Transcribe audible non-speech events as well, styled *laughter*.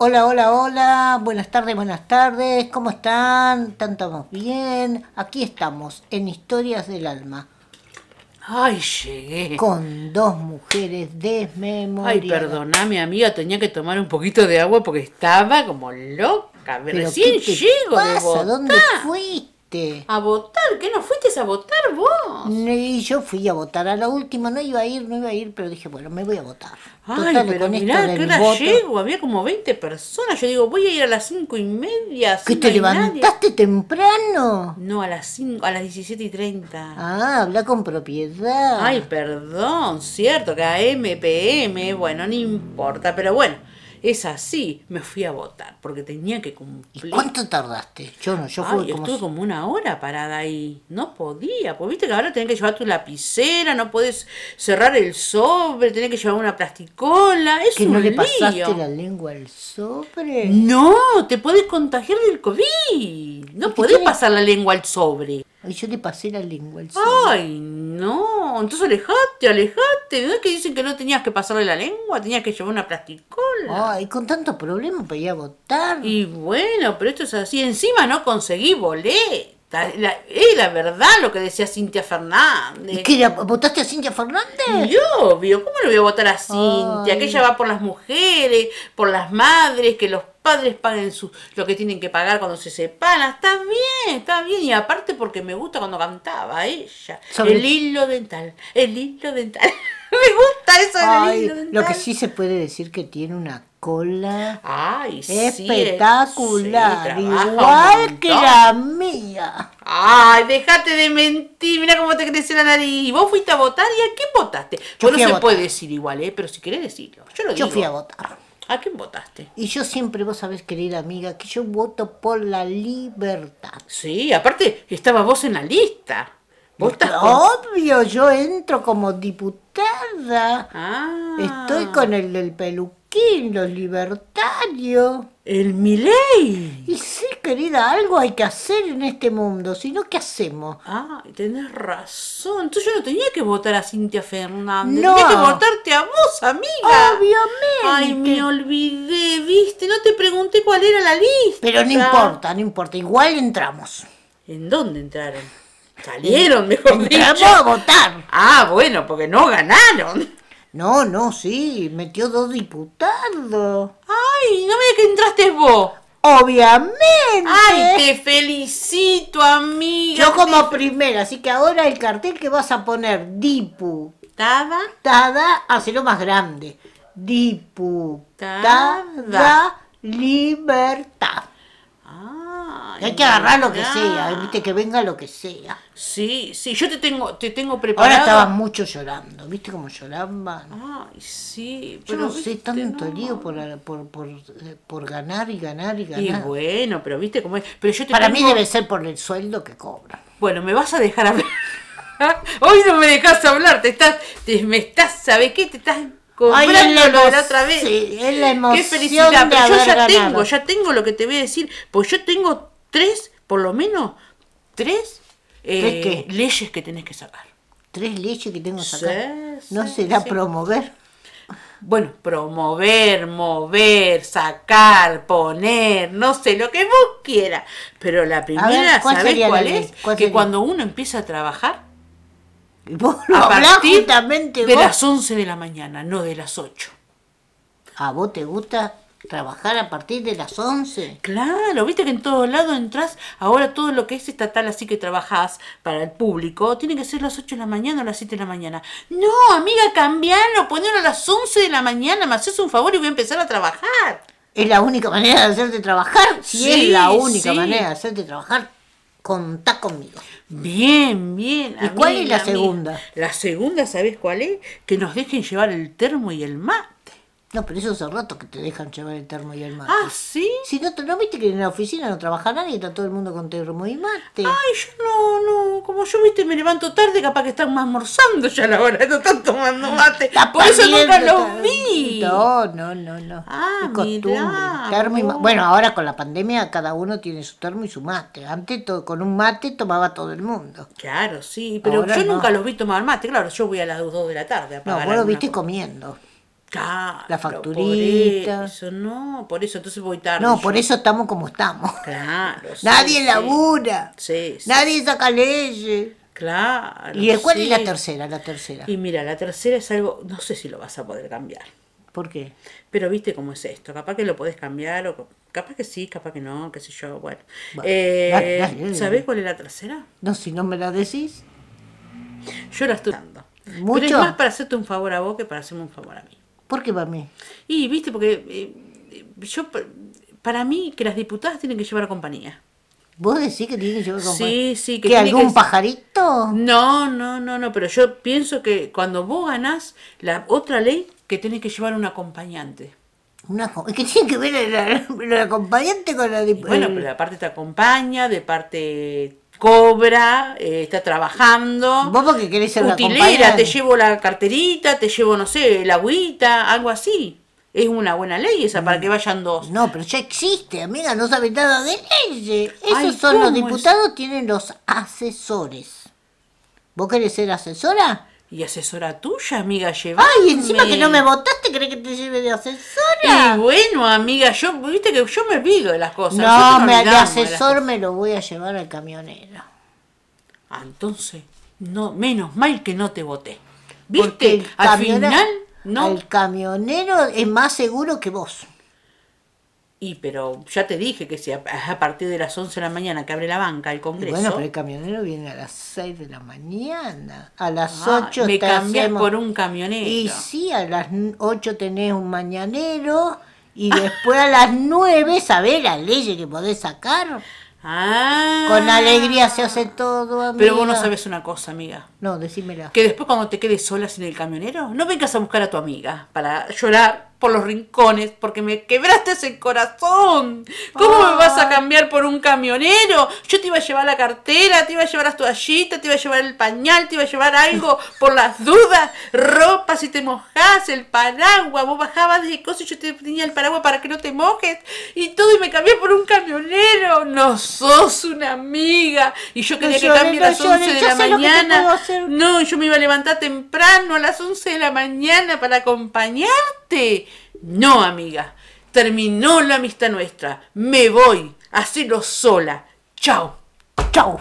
Hola, hola, hola, buenas tardes, buenas tardes, ¿cómo están? ¿Tantamos bien? Aquí estamos, en Historias del Alma, Ay, llegué. con dos mujeres desmemoriadas. Ay, perdoname, amiga, tenía que tomar un poquito de agua porque estaba como loca. ¿Pero Recién qué te llego de pasa? votar. ¿Dónde fuiste? ¿A votar? ¿Qué no fuiste a votar vos? Y yo fui a votar a la última, no iba a ir, no iba a ir, pero dije, bueno, me voy a votar. Ay, pero mirá, que hora llego, había como 20 personas. Yo digo, voy a ir a las 5 y media. así ¿Que no te hay nadie. levantaste temprano? No, a las 5, a las 17 y 30. Ah, habla con propiedad. Ay, perdón, cierto, que a MPM, bueno, no importa, pero bueno, es así. Me fui a votar porque tenía que ¿Y cumplir. cuánto tardaste? Yo no, yo fui Ay, como... estuve como una hora parada ahí. No podía, porque viste que ahora tenés que llevar tu lapicera, no podés cerrar el sobre, tenés que llevar una plasticola. Es ¿Que un no le lío. Mm. pasaste la lengua al sobre? No, te podés contagiar del COVID. No podés tiene? pasar la lengua al sobre. Ay, yo le pasé la lengua Ah. al sobre. Ay, no. Entonces alejate, alejate. ¿No es que dicen que no tenías que pasarle la lengua? Tenías que llevar una plasticola. Ay, con tanto problema para ir a votar. Y bueno, pero esto es así. Encima no conseguí boleta. La, es la verdad lo que decía Cintia Fernández. ¿Qué era? ¿Votaste a Cintia Fernández? Y obvio, ¿cómo no voy a votar a Cintia? Eh. Ay. Que ella va por las mujeres, por las madres, que los padres paguen su, lo que tienen que pagar cuando se separan. Está bien, está bien. Y aparte porque me gusta cuando cantaba ella. Sobre- El hilo dental, el hilo dental. *laughs* me gusta eso del Ay, hilo dental. lo que sí se puede decir que tiene una cola Ay, sí, es- espectacular, sí, trabaja un igual que montón. la mía. Ay, dejate de mentir, mirá cómo te creció la nariz. ¿Y vos fuiste a votar y a quién votaste? Bueno, fui no a se votar. puede decir igual, ¿eh? Pero si querés decirlo, yo lo digo. Yo fui a votar. ¿A quién votaste? Y yo siempre, vos sabés, querida amiga, que yo voto por la libertad. Sí, aparte estabas vos en la lista. Vos estás con- ¿Oh? Obvio, yo entro como diputada. Ah. Estoy con el del peluquín, los libertarios. El Milei. Y sí, querida, algo hay que hacer en este mundo, si no, ¿qué hacemos? Ah, tenés razón. Entonces yo no tenía que votar a Cintia Fernández. No. Tenía que votarte a vos, amiga. Obviamente. Ay, me olvidé, viste. No te pregunté cuál era la lista. Pero no importa, no importa, igual entramos. ¿En dónde entraron? Salieron, mejor Entramos dicho. a votar. Ah, bueno, porque no ganaron. No, no, sí, metió dos diputados. Ay, no me digas que entraste vos. Obviamente. Ay, te felicito, amiga. Yo como primera, así que ahora el cartel que vas a poner, diputada, Estaba hacelo más grande. Diputada libertad. Ay, Hay que agarrar lo que mirá. sea, viste, que venga lo que sea. Sí, sí, yo te tengo, te tengo Ahora preparado. estaban mucho llorando, viste cómo lloraban. Ay, sí, Yo pero no sé, viste, tanto no. lío por, por, por, eh, por ganar y ganar y Y ganar. bueno, pero viste cómo es. Pero yo te Para mí tengo- debe ser por el sueldo que cobran. Bueno, me vas a dejar hablar. *laughs* Hoy no me dejas hablar, te estás, te, me estás, ¿sabes qué? Te estás Ay, es comprando lo de la emo- otra vez. Sí, es la Qué emoción felicidad, de pero yo haber ya ganado. tengo, ya tengo lo que te voy a decir, pues yo tengo tres, por lo menos, tres eh, ¿Tres qué? leyes que tenés que sacar. Tres leches que tengo que Sí, sacar. no sí, será sí. promover. Bueno, promover, mover, sacar, poner, no sé, lo que vos quieras. Pero la primera, ¿cuál ¿sabés sería la cuál ley? es? ¿Cuál que sería? cuando uno empieza a trabajar, Y vos lo a hablás partir justamente de vos. las 11 de la mañana, no de las 8. ¿A vos te gusta trabajar a partir de las 11? Claro, viste que en todos lados entras, ahora todo lo que es estatal así que trabajás para el público, tiene que ser las 8 de la mañana o las 7 de la mañana. No, amiga, cambialo, ponelo a las 11 de la mañana, me haces un favor y voy a empezar a trabajar. ¿Es la única manera de hacerte trabajar? Si Sí, es la única sí. manera de hacerte trabajar, contá conmigo. Bien, bien. ¿Y cuál es la amiga. segunda? La segunda, ¿sabés cuál es? Que nos dejen llevar el termo y el mate. No, pero eso hace rato que te dejan llevar el termo y el mate. Ah, ¿sí? Si no, te- no viste que en la oficina no trabaja nadie, está todo el mundo con termo y mate. Ay, yo no, no, como yo, viste, me levanto tarde, capaz que están almorzando ya a la hora, no están tomando mate. Está Por eso nunca pariendo, los está- vi. No, no, no, no. Ah, es costumbre. mirá, Termo y ma- vos. Bueno, ahora con la pandemia cada uno tiene su termo y su mate. Antes to- con un mate tomaba todo el mundo. Claro, sí, pero Ahora yo no. nunca los vi tomar mate, claro, yo voy a las 2 de la tarde a No, pagar vos lo alguna viste cosa. comiendo. Claro, La facturita. Por eso, no, por eso, entonces voy tarde. No, yo. por eso estamos como estamos. Claro. sí, Nadie sí. labura. Sí, sí, Nadie saca leyes. Claro. ¿Y el- cuál es la sí. tercera? La tercera. Y mira, la tercera es algo, no sé si lo vas a poder cambiar, ¿Por qué? pero viste cómo es esto, capaz que lo podés cambiar, o capaz que sí, capaz que no, qué sé yo, bueno. Eh, dale, dale, dale. ¿Sabés cuál es la tercera? No, si no me la decís. Yo la estoy dando. Pero es ¿Mucho? más para hacerte un favor a vos que para hacerme un favor a mí. ¿Por qué para mí? Y viste, porque eh, yo, pa- para mí, que las diputadas tienen que llevar compañía. ¿Vos decís que tiene que llevar con Sí, sí, ¿Que, que tiene que algún ser- pajarito? No, no, no, no, pero yo pienso que cuando vos ganás la otra ley, que tenés que llevar un acompañante. Una, co- ¿Qué tiene que ver el, el acompañante con la dip- Bueno, el- pero aparte te acompaña, de parte cobra, eh, está trabajando. Vos porque querés ser la Utilera, acompañante. te llevo la carterita, te llevo, no sé, el agüita, algo así. Es una buena ley Mm. esa, para que vayan dos. No, pero ya existe, amiga, no sabe nada de leyes. Esos Ay, son los ¿cómo es? diputados, tienen los asesores. ¿Vos querés ser asesora? Y asesora tuya, amiga, lleva. Ay, encima que no me votaste, ¿querés que te lleve de asesora? Y bueno, amiga, yo, viste que yo me olvido de las cosas. no, nosotros me, de olvidamos de las asesor me lo voy a llevar al camionero. Ah, entonces, no, menos mal que no te voté. Porque ¿Viste? el Al camiona- final, no. El camionero es más seguro que vos. Y pero ya te dije que si a, a partir de las 11 de la mañana que abre la banca el Congreso, Bueno, pero el camionero viene a las 6 de la mañana. A las ah, 8 me te cambias hacemos- por un camionero. Y sí, a las 8 tenés un mañanero y después a las 9 sabés la ley que podés sacar. Ah. Con alegría se hace todo, amiga. Pero vos no sabes una cosa, amiga. No, decímela. Que después cuando te quedes sola sin el camionero, no vengas a buscar a tu amiga para llorar por los rincones porque me quebraste el corazón. ¿Cómo me vas a cambiar por un camionero? Yo te iba a llevar la cartera, te iba a llevar las toallitas, te iba a llevar el pañal, te iba a llevar algo por las dudas, ropa si te mojás, el paraguas, vos bajabas de cosas y yo te tenía el paraguas para que no te mojes y todo y me cambié por un camionero. No sos una amiga. Y yo quería que llores, cambie no a las 11 llores, de yo la sé lo que te puedo mañana. hacer. No, yo me iba a levantar temprano a las 11 de la mañana para acompañarte. No, amiga. Terminó la amistad nuestra. Me voy. Hacelo sola. Chao. Chau.